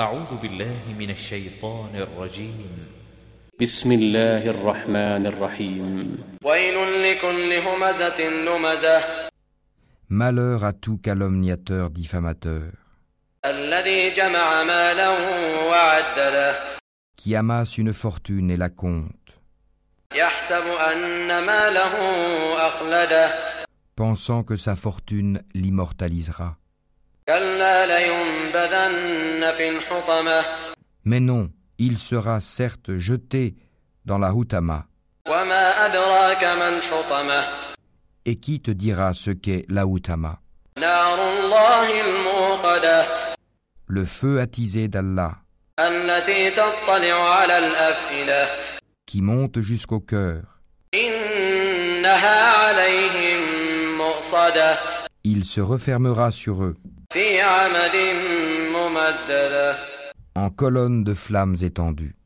أعوذ بالله من الشيطان الرجيم بسم الله الرحمن الرحيم ويل لكل همزة لمزة Malheur à tout calomniateur diffamateur, الذي جمع مالا وعدده qui amasse une fortune et la compte, يحسب أن ماله أخلده pensant que sa fortune l'immortalisera. كلا لينبذن في الحطمة Mais non, il sera certes jeté dans la Houtama. وما أدراك ما الحطمة Et qui te dira ce qu'est la Houtama نار الله الموقدة Le feu attisé d'Allah, التي تطلع على الأفئدة qui monte jusqu'au cœur. إنها عليهم مؤصدة Il se refermera sur eux, في عمد ممدده en colonnes de flammes étendues.